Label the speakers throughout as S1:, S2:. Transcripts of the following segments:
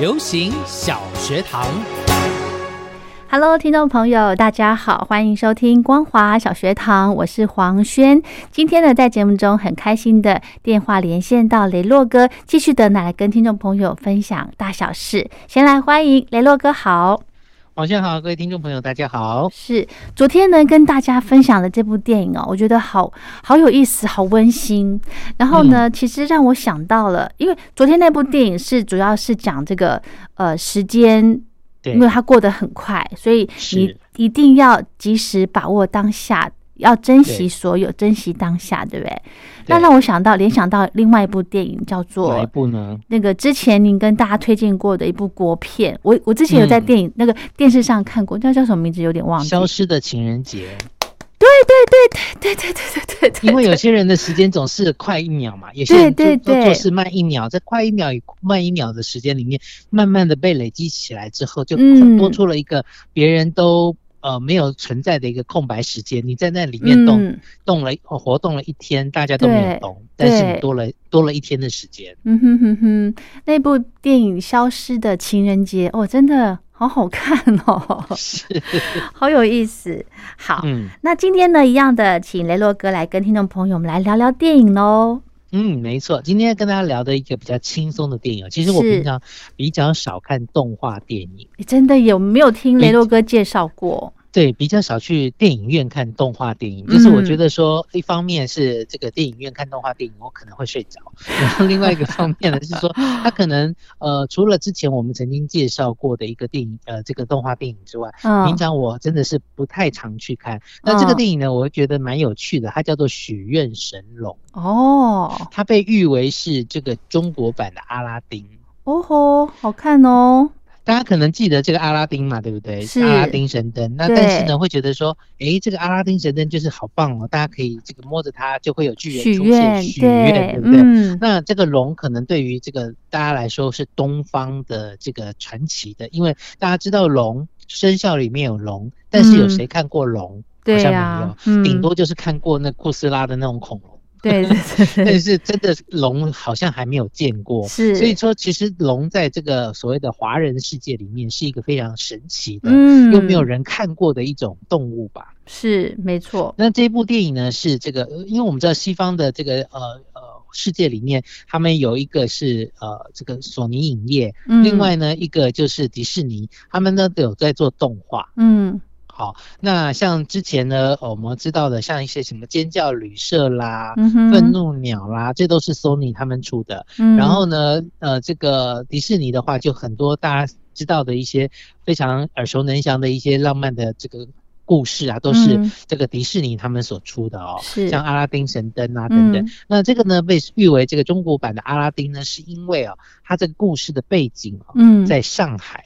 S1: 流行小学堂，
S2: Hello，听众朋友，大家好，欢迎收听光华小学堂，我是黄轩。今天呢，在节目中很开心的电话连线到雷洛哥，继续的来跟听众朋友分享大小事。先来欢迎雷洛哥，好。
S1: 晚上好，各位听众朋友，大家好。
S2: 是昨天呢，跟大家分享的这部电影哦，我觉得好好有意思，好温馨。然后呢，其实让我想到了，因为昨天那部电影是主要是讲这个呃时间
S1: 对
S2: 因为它过得很快，所以你
S1: 是
S2: 一定要及时把握当下，要珍惜所有，珍惜当下，对不对？那让我想到联想到另外一部电影，叫
S1: 哪一
S2: 做
S1: 部呢？
S2: 那个之前您跟大家推荐过的一部国片，我我之前有在
S1: 嗯
S2: 电影、那个电视上看过，那叫什么名字有点忘
S1: 《
S2: 记。
S1: 消失的情人节
S2: 对对对对对对》，
S1: 因为有些人的时间总是快一秒 嘛，有些人就
S2: 对
S1: 做
S2: 对
S1: 做事慢一秒，在快一秒与慢一秒的时间里面，慢慢的被累积起来之后，就
S2: 嗯
S1: 多出了一个别人都呃没有存在的一个空白时间。你在那里面动
S2: 嗯
S1: 动了哦活动了一天，大家都没有
S2: 对
S1: 动，但是你
S2: 对
S1: 多了多了一天的时间。
S2: 嗯哼哼哼，那部电影《消失的情人节》哦，真的好好看 哦， 好有意思。好，
S1: 嗯
S2: 那今天呢，一样的，请雷洛哥来跟听众朋友们来聊聊电影喽。
S1: 嗯，没错，今天跟大家聊的一个比较轻松的电影，其实我
S2: 是
S1: 平常比较少看动画电影，
S2: 诶真的有没有听雷洛哥介绍过？
S1: 对，比较少去电影院看动画电影。就是我觉
S2: 嗯
S1: 得说，一方面是这个电影院看动画电影，我可能会睡着；然后另外一个方面呢， 是说它可能呃，除了之前我们曾经介绍过的一个电影，呃，这个动画电影之外，平
S2: 嗯，
S1: 常我真的是不太常去看。那这个
S2: 嗯
S1: 电影呢，我会觉得蛮有趣的，它叫做《许愿神龙》，
S2: 哦，
S1: 它被誉为是这个中国版的阿拉丁。
S2: 哦吼，好看哦，
S1: 大家可能记得这个阿拉丁嘛，对不对？
S2: 是
S1: 阿拉丁神灯。那
S2: 对
S1: 但是呢，会觉得说，诶，这个阿拉丁神灯就是好棒哦，大家可以这个摸着它就会有巨人
S2: 许
S1: 出现，
S2: 愿，
S1: 许愿，对不对？
S2: 嗯，
S1: 那这个龙可能对于这个大家来说是东方的这个传奇的，因为大家知道龙生肖里面有龙，但是有
S2: 嗯
S1: 谁看过龙？
S2: 对
S1: 好像没
S2: 呀
S1: 有，
S2: 嗯，
S1: 顶多就是看过那库斯拉的那种恐龙，
S2: 对对对
S1: 但
S2: 对，
S1: 是真的龙好像还没有见过。
S2: 是，
S1: 所以说，其实龙在这个所谓的华人世界里面是一个非常神奇的，
S2: 嗯，
S1: 又没有人看过的一种动物吧。
S2: 是没错，
S1: 那这部电影呢，是这个，呃因为我们知道西方的这个呃呃世界里面，他们有一个是呃这个索尼影业，
S2: 嗯，
S1: 另外呢一个就是迪士尼，他们呢都有在做动画。
S2: 嗯，
S1: 好，那像之前呢，呃我们知道的，像一些什么尖叫旅社啦、
S2: 嗯哼，
S1: 愤怒鸟啦，这都是 Sony 他们出的。
S2: 嗯，
S1: 然后呢，呃，这个迪士尼的话，就很多大家知道的一些非常耳熟能详的一些浪漫的这个故事啊，都是
S2: 嗯
S1: 这个迪士尼他们所出的哦，
S2: 是
S1: 像阿拉丁神灯啊等等。
S2: 嗯
S1: 那这个呢，被誉为这个中国版的阿拉丁呢，是因为哦，它这个故事的背景哦，
S2: 嗯，
S1: 在上海。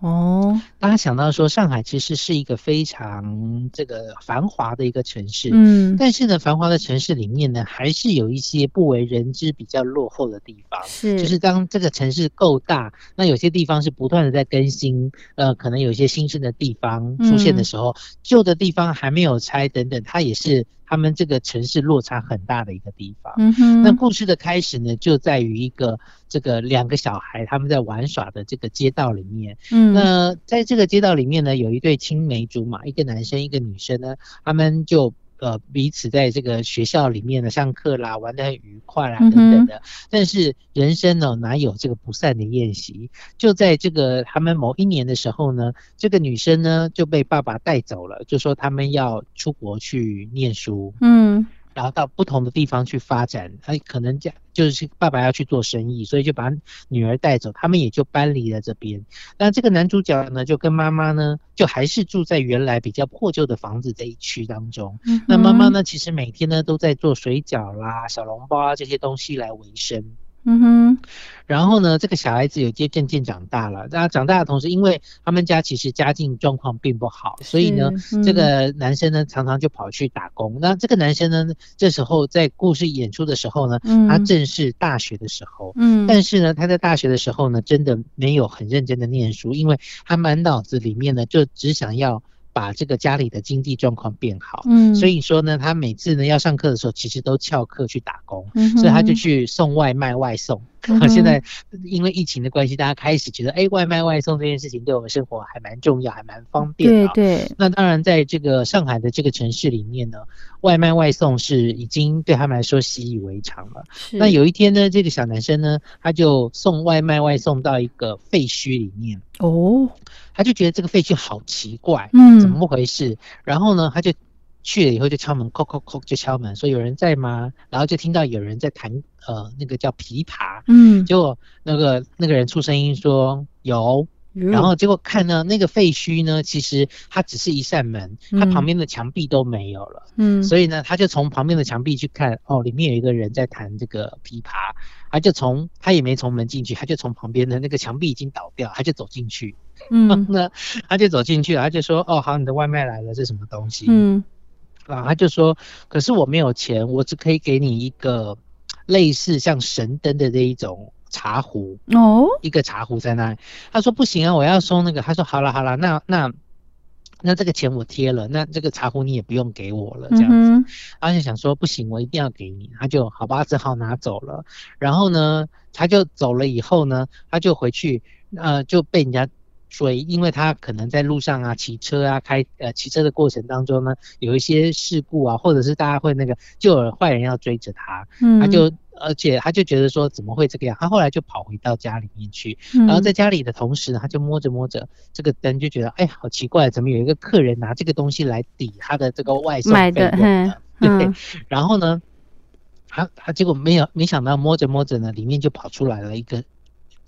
S2: 哦，
S1: 大家想到说，上海其实是一个非常这个繁华的一个城市，
S2: 嗯，
S1: 但是呢，繁华的城市里面呢，还是有一些不为人知、比较落后的地方。
S2: 是
S1: 就是当这个城市够大，那有些地方是不断的在更新，呃，可能有一些新生的地方出现
S2: 嗯
S1: 的时候，旧的地方还没有拆等等，它也是他们这个城市落差很大的一个地方。
S2: 嗯哼，
S1: 那故事的开始呢，就在于一个这个两个小孩他们在玩耍的这个街道里面。
S2: 嗯
S1: 那在这个街道里面呢，有一对青梅竹马，一个男生一个女生呢，他们就呃彼此在这个学校里面的上课啦，玩得很愉快啦等等的。但是人生呢、哪有这个不散的宴席？就在这个他们某一年的时候呢，这个女生呢就被爸爸带走了，就说他们要出国去念书。
S2: 嗯
S1: 然后到不同的地方去发展，哎，可能家就是爸爸要去做生意，所以就把女儿带走，他们也就搬离了这边。那这个男主角呢，就跟妈妈呢，就还是住在原来比较破旧的房子这一区当中。
S2: 嗯，
S1: 那妈妈？呢，其实每天呢都在做水饺啦、小笼包啊这些东西来维生。
S2: 嗯哼，
S1: 然后呢，这个小孩子有些渐渐长大了。那长大的同时，因为他们家其实家境状况并不好，所以呢，
S2: 是
S1: 这个男生呢常常就跑去打工。那这个男生呢，这时候在故事演出的时候呢，
S2: 嗯
S1: 他正是大学的时候。
S2: 嗯，
S1: 但是呢，他在大学的时候呢，真的没有很认真的念书，因为他满脑子里面呢，就只想要把这个家里的经济状况变好。
S2: 嗯，
S1: 所以说呢，他每次呢要上课的时候，其实都翘课去打工。
S2: 嗯哼，
S1: 所以他就去送外卖外送。
S2: 嗯哼
S1: 现在因为疫情的关系，大家开始觉得，哎、外卖外送这件事情对我们生活还蛮重要，还蛮方便的
S2: 对
S1: 啊、
S2: 对，
S1: 那当然，在这个上海的这个城市里面呢，外卖外送是已经对他们来说习以为常了。
S2: 是
S1: 那有一天呢，这个小男生呢，他就送外卖外送到一个废墟里面，
S2: 哦，
S1: 他就觉得这个废墟好奇怪，
S2: 嗯，
S1: 怎么回事？然后呢，他就去了以后就敲门，叩叩叩就敲门，说有人在吗？然后就听到有人在弹呃那个叫琵琶，
S2: 嗯，
S1: 结果那个那个人出声音说有，
S2: 嗯
S1: 然后结果看呢那个废墟呢，其实它只是一扇门，它
S2: 嗯
S1: 旁边的墙壁都没有了，
S2: 嗯，
S1: 所以呢他就从旁边的墙壁去看，哦里面有一个人在弹这个琵琶，他就从他也没从门进去，他就从旁边的那个墙壁已经倒掉，他就走进去。
S2: 嗯
S1: 啊 那他就走进去了，他就说：“哦，好，你的外卖来了，这什么东西？”，
S2: 嗯
S1: 然后他就说：“可是我没有钱，我只可以给你一个类似像神灯的这一种茶壶，
S2: 哦，
S1: 一个茶壶在那里。”他说：“不行啊，我要收那个。”他说：“好了好了，那那那这个钱我贴了，那这个茶壶你也不用给我了，这样子。
S2: 嗯哼
S1: 他就想说不行，我一定要给你，他就好吧，只好拿走了。然后呢，他就走了以后呢，他就回去，呃，就被人家追，因为他可能在路上啊，骑车啊，开呃骑车的过程当中呢，有一些事故啊，或者是大家会那个，就有坏人要追着他，
S2: 嗯，
S1: 他就。而且他就觉得说怎么会这个样？他后来就跑回到家里面去，
S2: 嗯
S1: 然后在家里的同时呢，他就摸着摸着这个灯，就觉得哎，好奇怪，怎么有一个客人拿这个东西来抵他的这个外送
S2: 买
S1: 费
S2: 的
S1: 用呢？
S2: 嗯
S1: 对，然后呢，他他结果没有没想到摸着摸着呢，里面就跑出来了一个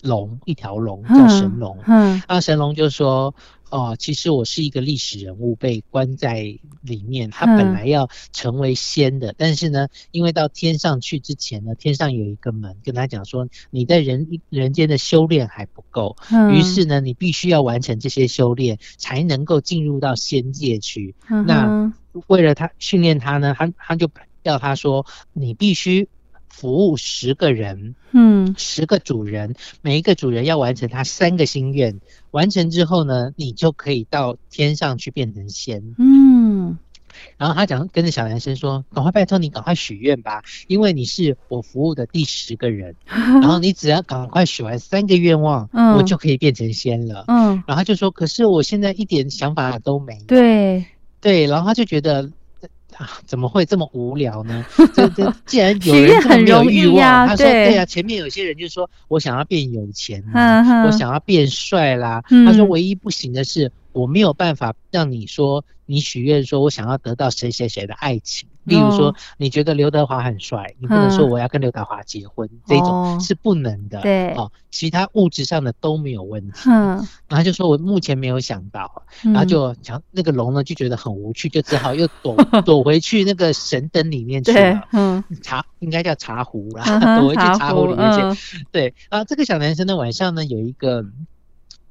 S1: 龙，一条龙叫神龙。
S2: 嗯
S1: 那神龙就说：“哦、其实我是一个历史人物，被关在里面。他本
S2: 嗯
S1: 来要成为仙的，但是呢，因为到天上去之前呢，天上有一个门跟他讲说，你在人人间的修炼还不够，
S2: 嗯，
S1: 于是呢，你必须要完成这些修炼，才能够进入到仙界去。
S2: 嗯
S1: 那
S2: 哼
S1: 为了他训练他呢，他他就要他说，你必须服务十个人，
S2: 嗯
S1: 十个主人，每一个主人要完成他三个心愿，完成之后呢，你就可以到天上去变成仙。
S2: 嗯
S1: 然后他讲跟着小男生说，赶快拜托你赶快许愿吧，因为你是我服务的第十个 人，然后你只要赶快许完三个愿望，
S2: 嗯
S1: 我就可以变成仙了。
S2: 嗯，
S1: 然后他就说，可是我现在一点想法都没有。
S2: 对，
S1: 对，然后他就觉得。啊，怎么会这么无聊 呢？这这，既然有
S2: 许
S1: 人
S2: 愿
S1: 这么
S2: 很
S1: 没有
S2: 容
S1: 欲
S2: 易
S1: 望，
S2: 呀
S1: 他说
S2: 对
S1: 对啊，前面有些人就说我想要变有钱啊，
S2: 嗯哼，
S1: 我想要变帅啦。
S2: 嗯
S1: 他说唯一不行的是我没有办法让你说你许愿说我想要得到谁谁谁的爱情，例如说
S2: 哦
S1: 你觉得刘德华很帅，你不能说
S2: 嗯
S1: 我要跟刘德华结婚，这
S2: 哦
S1: 种是不能的。
S2: 对
S1: 哦，其他物质上的都没有问题。
S2: 嗯，
S1: 然后他就说我目前没有想到。
S2: 然
S1: 然后就讲那个龙呢就觉得很无趣，就只 好又躲躲回去那个神灯里面去
S2: 对
S1: 了，。
S2: 嗯，
S1: 茶应该叫茶壶啦，
S2: 嗯哼
S1: 躲回去
S2: 茶
S1: 茶壶里面去。
S2: 嗯
S1: 对，然后这个小男生呢晚上呢有一个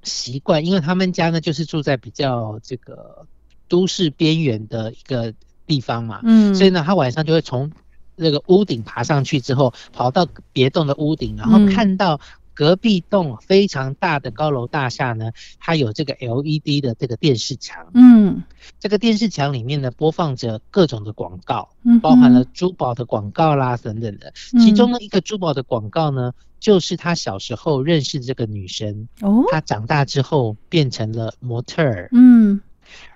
S1: 习惯，因为他们家呢就是住在比较这个都市边缘的一个地方嘛，
S2: 嗯，
S1: 所以呢他晚上就会从那个屋顶爬上去之后，跑到别栋的屋顶，然后
S2: 嗯
S1: 看到。隔壁栋非常大的高楼大厦呢，它有这个 LED 的这个电视墙，
S2: 嗯
S1: 这个电视墙里面呢，播放着各种的广告，
S2: 嗯哼，嗯
S1: 包含了珠宝的广告啦等等的。其中呢，一个珠宝的广告呢，就是他小时候认识这个女生，
S2: 哦，
S1: 她长大之后变成了模特儿。
S2: 嗯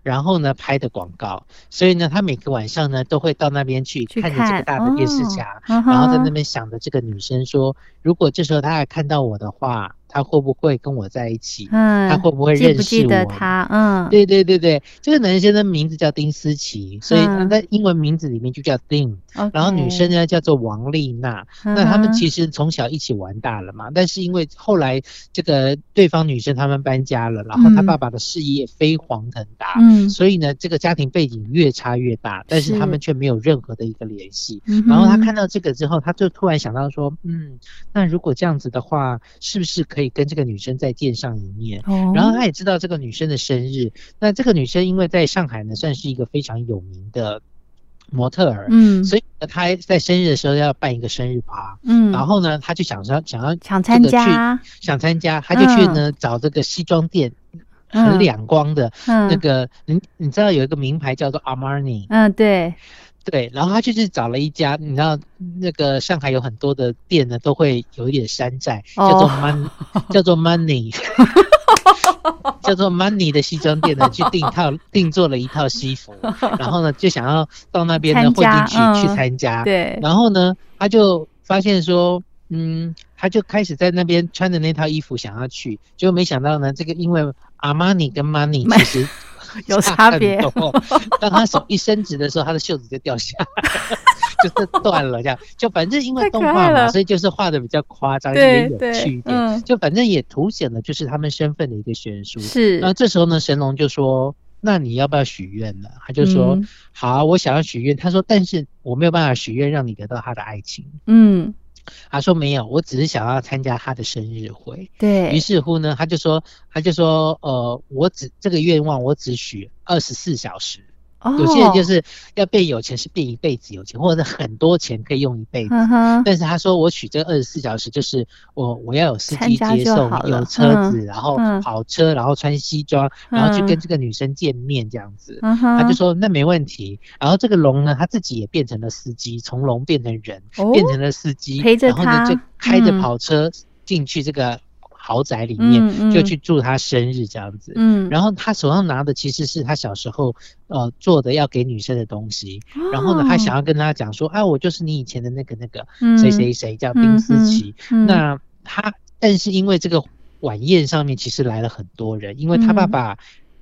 S1: 然后呢拍的广告，所以呢他每个晚上呢都会到那边去
S2: 去
S1: 看着这个
S2: 看
S1: 大的电视
S2: 哦
S1: 墙，
S2: 然
S1: 然后在那边想着这个女生说，如果这时候她还看到我的话，她会不会跟我在一起？
S2: 嗯，
S1: 她会不会
S2: 记
S1: 认
S2: 不
S1: 识
S2: 记
S1: 我？
S2: 得他？嗯，
S1: 对对对对，这个男生的名字叫丁思琪，所以他
S2: 嗯
S1: 在英文名字里面就叫丁，
S2: OK，
S1: 然后女生呢叫做王丽娜。
S2: 嗯哼，
S1: 那他们其实从小一起玩大了嘛，但是因为后来这个对方女生他们搬家了，然后他
S2: 嗯
S1: 爸爸的事业飞黄腾达，
S2: 嗯，
S1: 所以呢这个家庭背景越差越大，但是他
S2: 是
S1: 们却没有任何的一个联系。
S2: 嗯
S1: 然后他看
S2: 哼
S1: 到这个之后，他就突然想到说，嗯，那如果这样子的话，是不是可以跟这个女生再见上一面？
S2: 哦，
S1: 然后他也知道这个女生的生日，那这个女生因为在上海呢，算是一个非常有名的模特儿，
S2: 嗯，
S1: 所以呢她在生日的时候要办一个生日趴，
S2: 嗯，
S1: 然后呢，他就想说想要
S2: 想
S1: 这个
S2: 参
S1: 去
S2: 加，
S1: 想参加，他就去呢、找这个西装店，很
S2: 嗯
S1: 两光的、
S2: 嗯
S1: 那个，你你知道有一个名牌叫做 Armani，
S2: 嗯，对，
S1: 对，然后他就是找了一家，你知道那个上海有很多的店呢，都会有一点山寨，叫做
S2: 哦
S1: Money，、叫做 Money，叫做 Money 的西装店呢，去订 套订做了一套西服，然后呢就想要到那边呢
S2: 参
S1: 混进
S2: 加
S1: 去、
S2: 嗯
S1: 去参加，
S2: 对，
S1: 然后呢他就发现说，嗯，他就开始在那边穿着那套衣服想要去，结果没想到呢，这个因为阿玛尼跟 Money 其实
S2: 有差
S1: 很
S2: 别
S1: 多哦当他手一伸直的时候，他的袖子就掉下来， 就是断了这样。就反正因为
S2: 太
S1: 动
S2: 可
S1: 画
S2: 爱
S1: 嘛，
S2: 了
S1: 所以就是画的比较夸张，也
S2: 对
S1: 有
S2: 对
S1: 趣一点。
S2: 嗯
S1: 就反正也凸显了就是他们身份的一个悬殊。
S2: 是，
S1: 那这时候呢，神龙就说：“那你要不要许愿呢？”他就说：“
S2: 嗯
S1: 好啊，我想要许愿。”他说：“但是我没有办法许愿让你得到他的爱情。
S2: 嗯，”
S1: 他说：“没有，我只是想要参加他的生日会。”于
S2: 对，
S1: 是乎呢，他就说，他就说，呃，我只这个愿望我只许二十四小时。有些人就
S2: 哦，
S1: 是要变有钱是变一辈子有钱，或者很多钱可以用一辈子。
S2: 嗯哼，
S1: 但是他说我许这二十四小时，就是我我要有司机
S2: 参加
S1: 接
S2: 就
S1: 送
S2: 好，了
S1: 有车
S2: 嗯
S1: 子，然后
S2: 嗯
S1: 跑车，然后穿西装，然后去
S2: 嗯
S1: 跟这个女生见面这样子。
S2: 嗯哼，
S1: 他就说那没问题。然后这个龙呢，他自己也变成了司机，从龙变成人，
S2: 哦
S1: 变成了司机，
S2: 陪着
S1: 然后呢
S2: 他
S1: 就开着
S2: 嗯
S1: 跑车进去这个豪宅里面，
S2: 嗯
S1: 就
S2: 嗯
S1: 去祝他生日这样子。
S2: 嗯，
S1: 然后他手上拿的其实是他小时候呃做的要给女生的东西，
S2: 哦
S1: 然后呢，他想要跟他讲说，啊，我就是你以前的那个那个
S2: 要
S1: 谁谁谁叫丁思琪，
S2: 嗯
S1: 那他，但是因为这个晚宴上面其实来了很多人，因为他爸
S2: 嗯
S1: 爸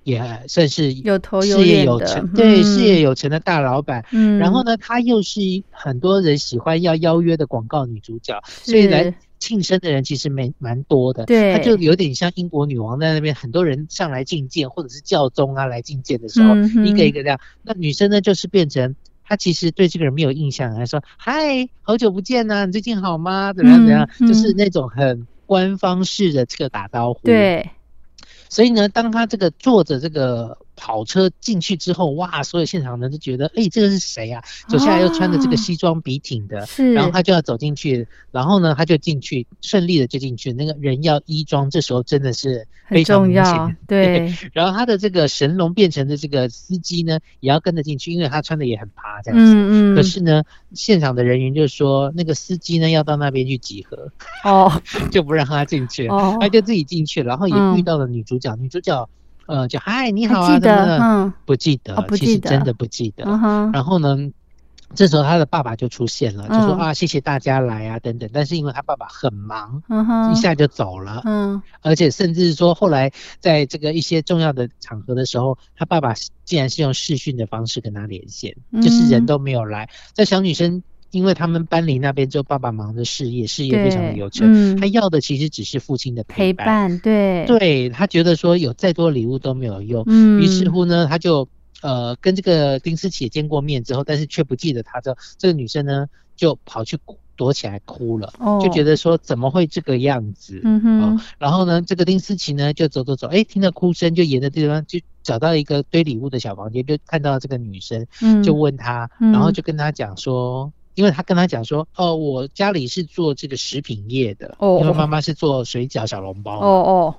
S1: 也算是
S2: 有头有
S1: 事业
S2: 脸
S1: 有
S2: 的
S1: 成，对事业
S2: 嗯
S1: 有成的大老板。
S2: 嗯，
S1: 然后呢，她又是一很多人喜欢要邀约的广告女主角，所以来
S2: 是
S1: 庆生的人其实蛮蛮多的。
S2: 对
S1: 她就有点像英国女王在那边，很多人上来觐见，或者是教宗啊来觐见的时候，
S2: 嗯哼
S1: 一个一个这样。那女生呢，就是变成她其实对这个人没有印象，啊她说：“嗨，好久不见啊呐、你最近好吗？怎么样怎么样？”
S2: 嗯
S1: 就是
S2: 嗯
S1: 那种很官方式的这个打招呼。。
S2: 对，
S1: 所以呢，当他这个坐着这个跑车进去之后，哇，所有现场人都觉得，哎、这个是谁啊？走下来又穿着这个
S2: 哦
S1: 西装笔挺的，
S2: 是，
S1: 然后他就要走进去，然后呢，他就进去，顺利的就进去。那个人要衣装，这时候真的是
S2: 很
S1: 非常
S2: 重
S1: 明
S2: 要
S1: 显。，
S2: 对，
S1: 然后他的这个神龙变成的这个司机呢，也要跟着进去，因为他穿的也很趴这样子。
S2: 嗯嗯，
S1: 可是呢，现场的人员就说，那个司机呢要到那边去集合，
S2: 哦
S1: 就不让他进去。
S2: 哦，
S1: 他就自己进去，然后也
S2: 嗯
S1: 遇到了女主角，女主角呃就嗨你好
S2: 还
S1: 啊，
S2: 记
S1: 怎么
S2: 得，
S1: 了？
S2: 嗯
S1: 不记得
S2: 哦，不
S1: 其实
S2: 记得
S1: 真的不记得。
S2: 嗯哼，
S1: 然后呢，这时候他的爸爸就出现了，就说
S2: 嗯
S1: 啊谢谢大家来啊等等，但是因为他爸爸很忙。
S2: 嗯哼，
S1: 一下就走了，
S2: 嗯，
S1: 而且甚至是说后来在这个一些重要的场合的时候，他爸爸竟然是用视讯的方式跟他连线，就是人
S2: 嗯
S1: 都没有来。这小女生，因为他们班里那边就爸爸忙着事业，事业
S2: 对，
S1: 非常的有成，
S2: 嗯
S1: 她，要的其实只是父亲的
S2: 陪
S1: 伴。
S2: 伴，对，
S1: 对他觉得说有再多礼物都没有用，
S2: 嗯，
S1: 于是乎呢，他就呃跟这个丁思琪也见过面之后，但是却不记得他之后，这个女生呢就跑去哭躲起来哭了，
S2: 哦，
S1: 就觉得说怎么会这个样子？
S2: 嗯
S1: 哦
S2: 哼，
S1: 然后呢，这个丁思琪呢就走走走，哎，听到哭声就沿着地方就找到一个堆礼物的小房间，就看到这个女生，
S2: 嗯，
S1: 就问她，然后
S2: 嗯
S1: 就跟她讲说。因为她跟她讲说，哦，我家里是做这个食品业的，
S2: 哦
S1: 因为
S2: 哦
S1: 妈妈是做水饺、小笼包嘛
S2: 哦，哦，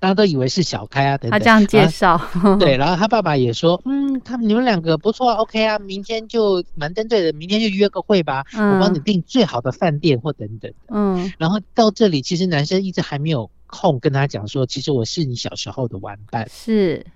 S1: 大家都以为是小开啊等
S2: 他
S1: 等。
S2: 这样介
S1: 然后
S2: 绍，
S1: 对，然后他爸爸也说， 嗯，他们你们两个不错啊，OK 啊，明天就蛮登对的，明天就约个会吧，我帮你
S2: 嗯
S1: 订最好的饭店或等等的。
S2: 嗯，
S1: 然后到这里，其实男生一直还没有空跟他讲说，其实我是你小时候的玩伴，
S2: 是，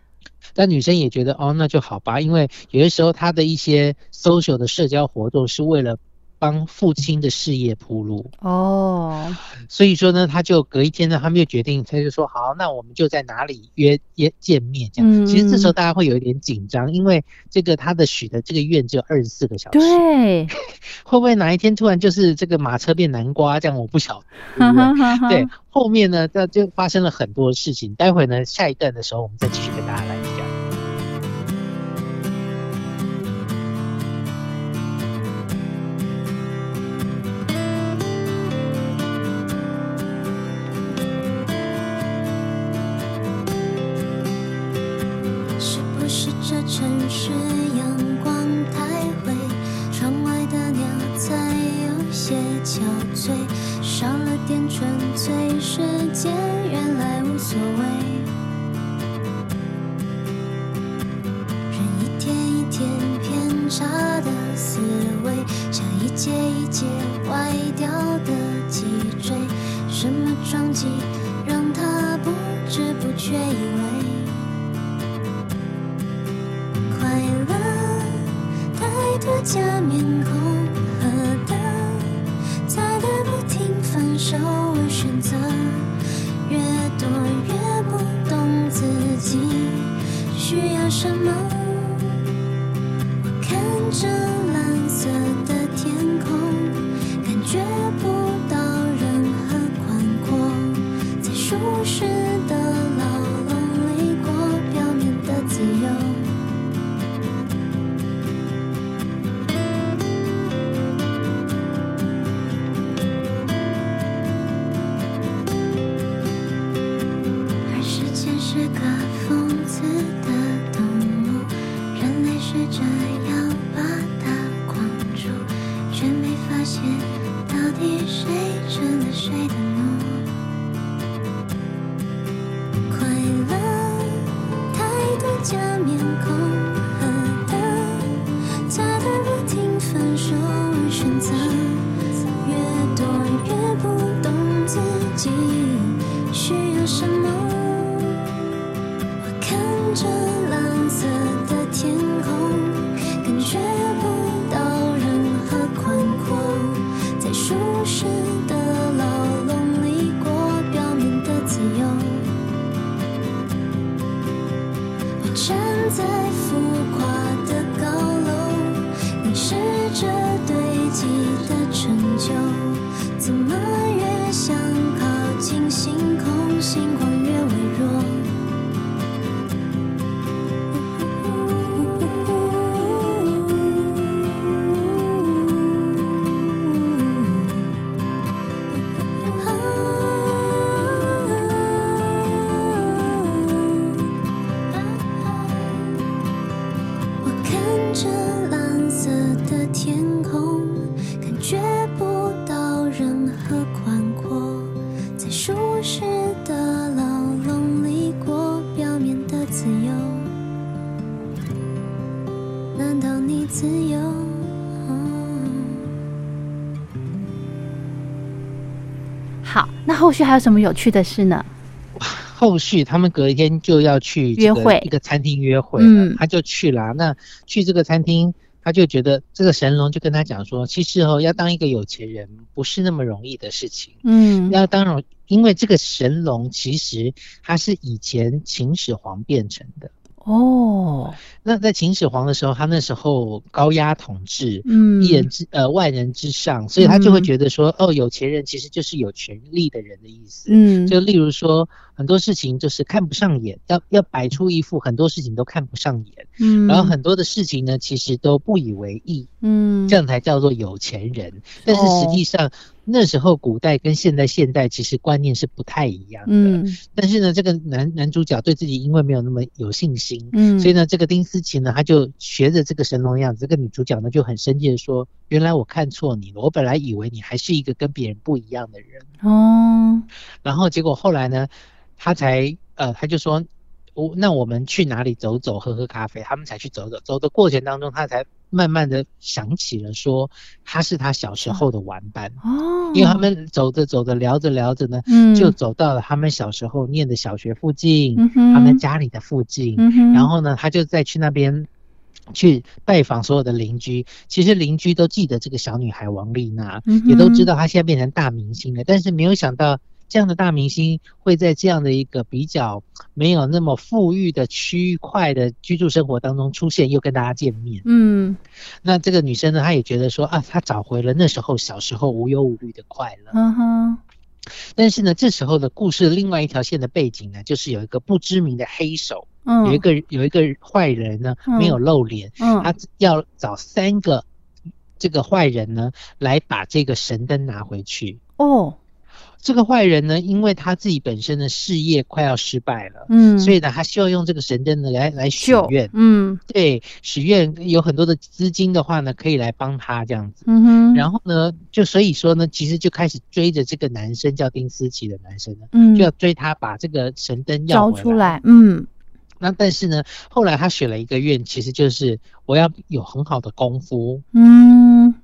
S1: 但女生也觉得哦，那就好吧，因为有些时候她的一些 social 的社交活动是为了帮父亲的事业铺路，
S2: 哦，
S1: 所以说呢，她就隔一天呢，他们就决定，她就说好，那我们就在哪里约约见面这样。
S2: 嗯
S1: 其实这时候大家会有一点紧张，因为这个她的许的这个愿只有二十四个 小时，
S2: 对，
S1: 会不会哪一天突然就是这个马车变南瓜这样？我不晓得，对
S2: 哈
S1: 不对
S2: 哈哈哈
S1: 对，后面呢，那就发生了很多事情。待会呢，下一段的时候，我们再继续跟大家来讲。
S3: 是不是这城市阳光太灰，窗外的鸟在有些憔悴，少了点纯粹，时间原来无所谓。人一天一天偏差的思维，像一节一节歪掉的脊椎，什么撞击让它不知不觉以为。快乐太多假面孔和灯，擦得不停反手，我选择越多越不懂自己需要什么。我看着蓝色的天空，感觉不到任何宽阔，在舒适的牢笼里过表面的自由。而时间是个讽刺的动物，人类试着要把它框住，却没发现到底谁成了谁的奴。快乐太多假面孔和灯，擦得不停分手而选择，越多越不懂自己。需要什么？我看着蓝色的天空，感觉不到任何宽阔，在舒适的牢笼里过表面的自由。我站在浮夸的高楼，凝视着堆积的陈旧。怎么越想靠近星空，星光越微弱。我看着蓝色的天空，感觉不到任何宽阔，在舒适的牢笼里过表面的自由。难道你自由？
S2: 好，那后续还有什么有趣的事呢？
S1: 后续他们隔一天就要去这个
S2: 约会
S1: 一个餐厅约会了，
S2: 嗯
S1: 他就去了啊。那去这个餐厅，他就觉得这个神龙就跟他讲说，其实哦，要当一个有钱人不是那么容易的事情。
S2: 嗯，
S1: 要当然，因为这个神龙其实他是以前秦始皇变成的。
S2: 哦，
S1: 那在秦始皇的时候，他那时候高压统治，
S2: 嗯，
S1: 一人之呃万人之上，所以他就会
S2: 嗯
S1: 觉得说，哦，有钱人其实就是有权力的人的意思。
S2: 嗯，
S1: 就例如说，很多事情就是看不上眼，要要摆出一副很多事情都看不上眼，
S2: 嗯，
S1: 然后很多的事情呢，其实都不以为意，
S2: 嗯，
S1: 这样才叫做有钱人。但是
S2: 哦
S1: 实际上，那时候古代跟现在现代其实观念是不太一样的。
S2: 嗯
S1: 但是呢，这个男男主角对自己因为没有那么有信心，
S2: 嗯，
S1: 所以呢，这个丁思琪呢，她就学着这个神龙的样子，这个女主角呢就很生气的说：“原来我看错你了，我本来以为你还是一个跟别人不一样的人。
S2: 哦，”
S1: 然后结果后来呢，她才呃，她就说：“我那我们去哪里走走，喝喝咖啡？”他们才去走走，走的过程当中，她才慢慢的想起了说他是他小时候的玩伴，
S2: 哦，
S1: 因为他们走着走着聊着聊着呢，
S2: 嗯
S1: 就走到了他们小时候念的小学附近，
S2: 嗯哼
S1: 他们家里的附近，
S2: 嗯哼，
S1: 然后呢，他就再去那边去拜访所有的邻居。其实邻居都记得这个小女孩王丽娜，
S2: 嗯哼
S1: 也都知道她现在变成大明星了。但是没有想到，这样的大明星会在这样的一个比较没有那么富裕的区块的居住生活当中出现，又跟大家见面。
S2: 嗯
S1: 那这个女生呢，她也觉得说啊，她找回了那时候小时候无忧无虑的快乐。
S2: 嗯哼，
S1: 但是呢，这时候的故事另外一条线的背景呢，就是有一个不知名的黑手。
S2: 嗯
S1: 有一个有一个坏人呢，
S2: 嗯
S1: 没有露脸，
S2: 嗯
S1: 他要找三个这个坏人呢来把这个神灯拿回去。
S2: 哦
S1: 这个坏人呢，因为他自己本身的事业快要失败了，
S2: 嗯，
S1: 所
S2: 以
S1: 以呢，他希望用这个神灯呢来来许
S2: 就
S1: 愿。
S2: 嗯
S1: 对，许愿有很多的资金的话呢，可以来帮他这样子。
S2: 嗯哼，后
S1: 然后呢，就所以说呢，其实就开始追着这个男生叫丁思琪的男生呢，
S2: 嗯
S1: 就要追他把这个神灯要
S2: 招
S1: 回
S2: 出来，嗯
S1: 那但是呢，后来他许了一个愿，其实就是我要有很好的功夫，
S2: 嗯，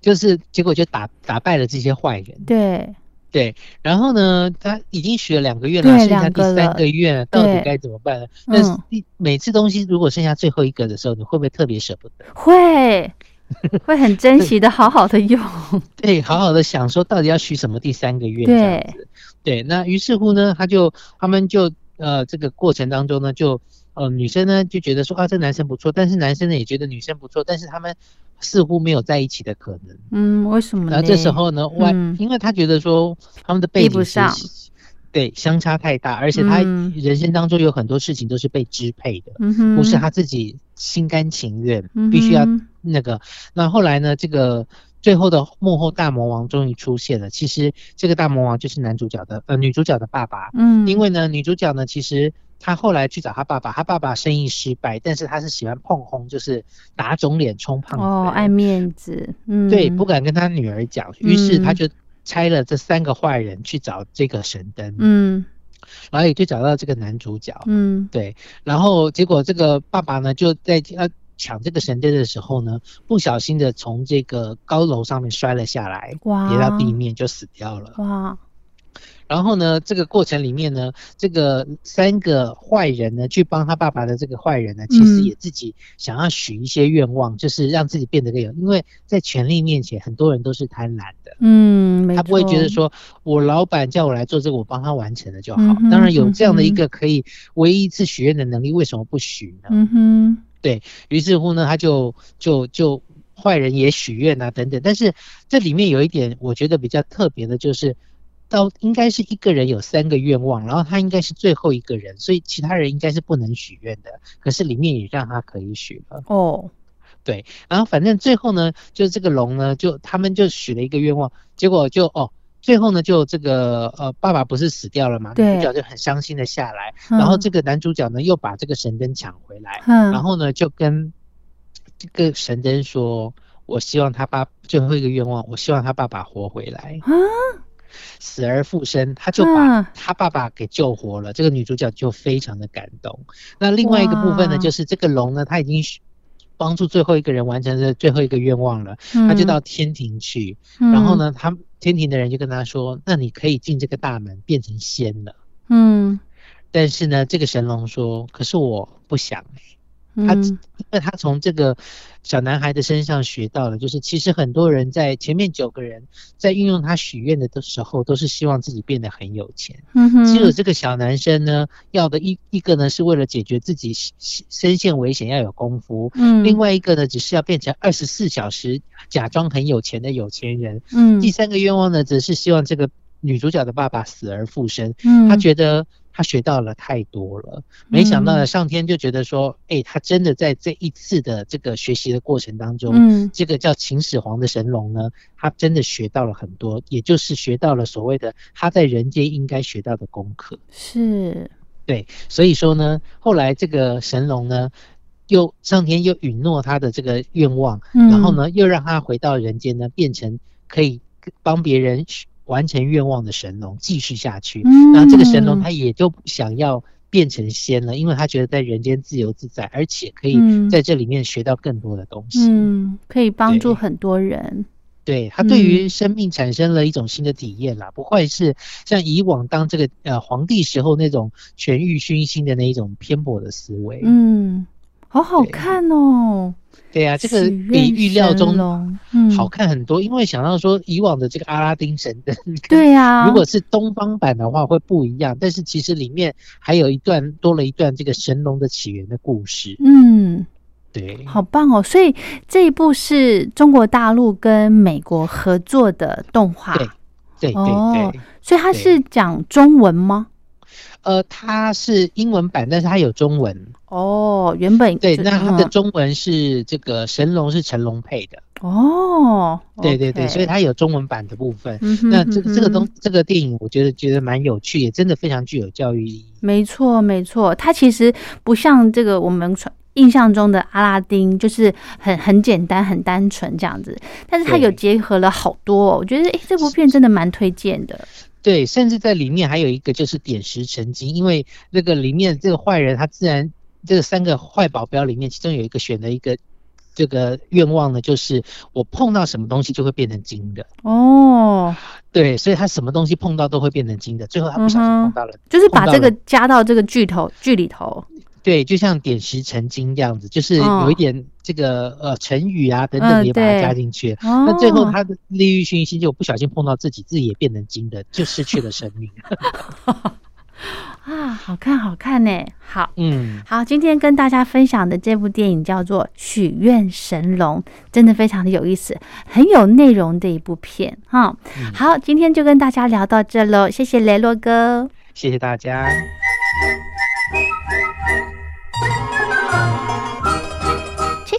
S1: 就是结果就打打败了这些坏人。
S2: 对，
S1: 对，然后呢，他已经许了两个月了，
S2: 对
S1: 剩下第
S2: 两个
S1: 三
S2: 了
S1: 个月了，到底
S2: 对
S1: 该怎么办呢？
S2: 嗯
S1: 但是第每次东西如果剩下最后一个的时候，你会不会特别舍不得？
S2: 会会很珍惜的，好好的 用，
S1: 对，好好的想说到底要许什么第三个月这样
S2: 对
S1: 子。对，那于是乎呢，他就他们就呃这个过程当中呢，就呃女生呢就觉得说啊这男生不错，但是男生呢也觉得女生不错，但是他们似乎没有在一起的可能。
S2: 嗯，为什么呢？
S1: 然后这时候呢，外、
S2: 嗯
S1: 因为他觉得说他们的背
S2: 比
S1: 景
S2: 不
S1: 是
S2: 上
S1: 对相差太大，而且他
S2: 嗯
S1: 人生当中有很多事情都是被支配的，
S2: 嗯哼，
S1: 不是他自己心甘情愿，
S2: 嗯哼
S1: 必须要那个。那后来呢，这个最后的幕后大魔王终于出现了。其实这个大魔王就是男主角的呃女主角的爸爸，
S2: 嗯，
S1: 因为呢女主角呢其实。她后来去找她爸爸，她爸爸生意失败，但是她是喜欢碰轰，就是打肿脸充胖子的人。
S2: 哦爱面子，嗯，
S1: 对，不敢跟他女儿讲，于是他
S2: 嗯
S1: 就拆了这三个坏人去找这个神灯，
S2: 嗯
S1: 然后也就找到这个男主角，
S2: 嗯
S1: 对，然后结果这个爸爸呢就在要抢这个神灯的时候呢，不小心的从这个高楼上面摔了下来，
S2: 哇
S1: 跌到地面就死掉了。
S2: 哇，
S1: 然后呢，这个过程里面呢，这个三个坏人呢去帮他爸爸的这个坏人呢，其实
S2: 嗯
S1: 也自己想要许一些愿望，就是让自己变得更有，因为在权力面前，很多人都是贪婪的。
S2: 嗯，没
S1: 他不会觉得
S2: 错
S1: 说我老板叫我来做这个，我帮他完成了就好。
S2: 嗯哼
S1: 当然有这样的一
S2: 嗯哼
S1: 个可以唯一一次许愿的能力，为什么不许呢？
S2: 嗯哼。
S1: 于是乎呢，他就就就坏人也许愿啊等等。但是这里面有一点我觉得比较特别的就是。到应该是一个人有三个愿望，然后他应该是最后一个人，所以其他人应该是不能许愿的。可是里面也让他可以许了。
S2: 哦，
S1: 然后反正最后呢，就这个龙呢，就他们就许了一个愿望，结果就哦，最后呢就这个呃爸爸不是死掉了嘛，
S2: 对
S1: 女主角就很伤心的下来，然后这个男主角呢又把这个神灯抢回来，
S2: 嗯，
S1: 然后呢就跟这个神灯说，我希望他爸最后一个愿望，我希望他爸爸活回来，
S2: 啊，
S1: 死而复生，他就把
S2: 嗯
S1: 他爸爸给救活了。这个女主角就非常的感动。那另外一个部分
S2: 哇
S1: 呢，就是这个龙呢，他已经帮助最后一个人完成了最后一个愿望了，
S2: 他
S1: 他就到，天庭去。
S2: 嗯
S1: 然后，呢，他天庭的人就跟他说：“那你可以进这个大门，变成仙了。
S2: 嗯，”
S1: 但是呢，这个神龙说：“可是我不想。”欸
S2: 嗯
S1: 他因为他从这个小男孩的身上学到了，就是其实很多人在前面九个人在运用他许愿的的时候，都是希望自己变得很有钱。
S2: 嗯哼，
S1: 只有这个小男生呢，要的一一个呢是为了解决自己身身陷危险要有功夫，
S2: 嗯，
S1: 另外一个呢只是要变成二十四小时假装很有钱的有钱人，
S2: 嗯，
S1: 第三个愿望呢则是希望这个女主角的爸爸死而复生，
S2: 嗯，
S1: 他觉得他学到了太多了，没想到呢，
S2: 嗯
S1: 上天就觉得说，哎、他真的在这一次的这个学习的过程当中，
S2: 嗯
S1: 这个叫秦始皇的神龙呢，他真的学到了很多，也就是学到了所谓的他在人间应该学到的功课。
S2: 是，
S1: 对，所以说呢，后来这个神龙呢，又上天又允诺他的这个愿望，然后
S2: 嗯
S1: 呢，又让他回到人间呢，变成可以帮别人完成愿望的神龙，继续下去。
S2: 嗯，
S1: 那这个神龙
S2: 嗯
S1: 他也就不想要变成仙了，因为他觉得在人间自由自在，而且可以
S2: 嗯
S1: 在这里面学到更多的东西。
S2: 嗯，可以帮助
S1: 对
S2: 很多人。
S1: 对他对于生命产生了一种新的体验啦，不会是像以往当这个呃皇帝时候那种权欲熏心的那一种偏颇的思维。，
S2: 嗯，好好
S1: 对
S2: 看哦，
S1: 对啊，这个
S2: 许
S1: 比
S2: 愿
S1: 预料
S2: 神
S1: 中
S2: 龙嗯
S1: 好看很多，因为想到说以往的这个阿拉丁神灯，
S2: 对啊呀、
S1: 如果是东方版的话会不一样，但是其实里面还有一段多了一段这个神龙的起源的故事。
S2: 嗯，
S1: 对，
S2: 好棒哦！所以这一部是中国大陆跟美国合作的动画，
S1: 对对对对。
S2: 哦所以它是讲中文吗？
S1: 呃，它是英文版，但是它有中文。
S2: 哦，原本
S1: 对，
S2: 就
S1: 那它的
S2: 嗯
S1: 中文是这个神龙是成龙配的。
S2: 哦，
S1: 对对对，所以
S2: 它
S1: 它有中文版的部分。
S2: 嗯哼
S1: 那这个这个
S2: 嗯
S1: 东
S2: 哼
S1: 这个电影，我觉得觉得蛮有趣，也真的非常具有教育意义。
S2: 没错没错，它其实不像这个我们传印象中的阿拉丁，就是很很简单很单纯这样子，但是它
S1: 对
S2: 有结合了好多、哦，我觉得诶这部片真的蛮推荐的。
S1: 对，甚至在里面还有一个就是点石成金，因为那个里面这个坏人他自然这三个坏保镖里面，其中有一个选了一个这个愿望呢，就是我碰到什么东西就会变成金的。
S2: 哦，
S1: 对，所以他什么东西碰到都会变成金的。最后他不小心
S2: 嗯哼
S1: 碰到了，
S2: 就是
S1: 碰
S2: 把
S1: 到
S2: 这个
S1: 了
S2: 加到这个剧头剧里头，
S1: 对，就像点石成金这样子，就是
S2: 哦
S1: 有一点这个、呃成语啊等
S2: 嗯
S1: 等也把它
S2: 对
S1: 加进去。
S2: 哦，
S1: 那最后他的利欲熏心，就不小心碰到自己，自己也变成金的，就失去了生命。
S2: 啊，好看好看呢，好。
S1: 嗯，
S2: 好，今天跟大家分享的这部电影叫做《许愿神龙》，真的非常的有意思，很有内容的一部片哈。好，今天就跟大家聊到这喽，谢谢雷洛哥。
S1: 谢谢大家。
S3: 吹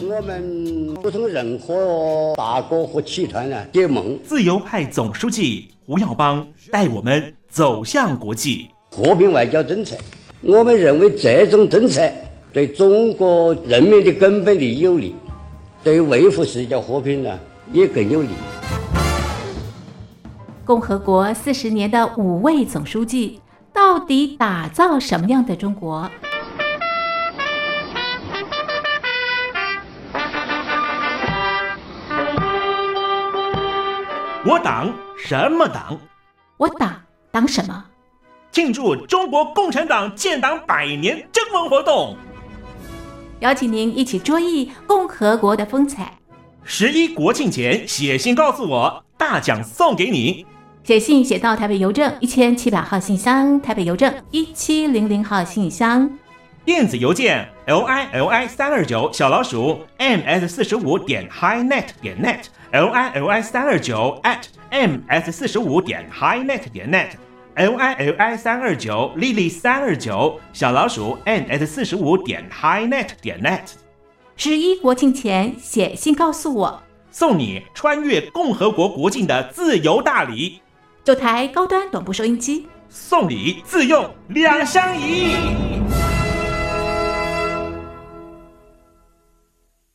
S4: 们不曾任何大国和集团呢结盟。
S5: 自由派总书记胡耀邦带我们走向国际
S4: 和平外交政策。我们认为这种政策对中国人民的根本利益有利，对维护世界和平呢也更有利。
S6: 共和国四十年的五位总书记到底打造什么样的中国？
S5: 我党什么党？
S6: 我党党什么？
S5: 庆祝中国共产党建党百年征文活动，
S6: 邀请您一起追忆共和国的风采。
S5: 十一国庆前写信告诉我，大奖送给你。
S6: 写信写到台北邮政一千七百号信箱，台北邮政一七零零号信箱。
S5: 电子邮件 l i l i 三二九小老鼠 m s 四十五点 highnet E 点 net l i l i 三二九 at m s 四十五点 highnet E 点 net l i l i 三二九 lily 三二九小老鼠 m s 四十五点 highnet E 点 net
S6: 十一国庆前写信告诉我，
S5: 送你穿越共和国国境的自由大礼，
S6: 九台高端短波收音机，
S5: 送礼自用两相宜。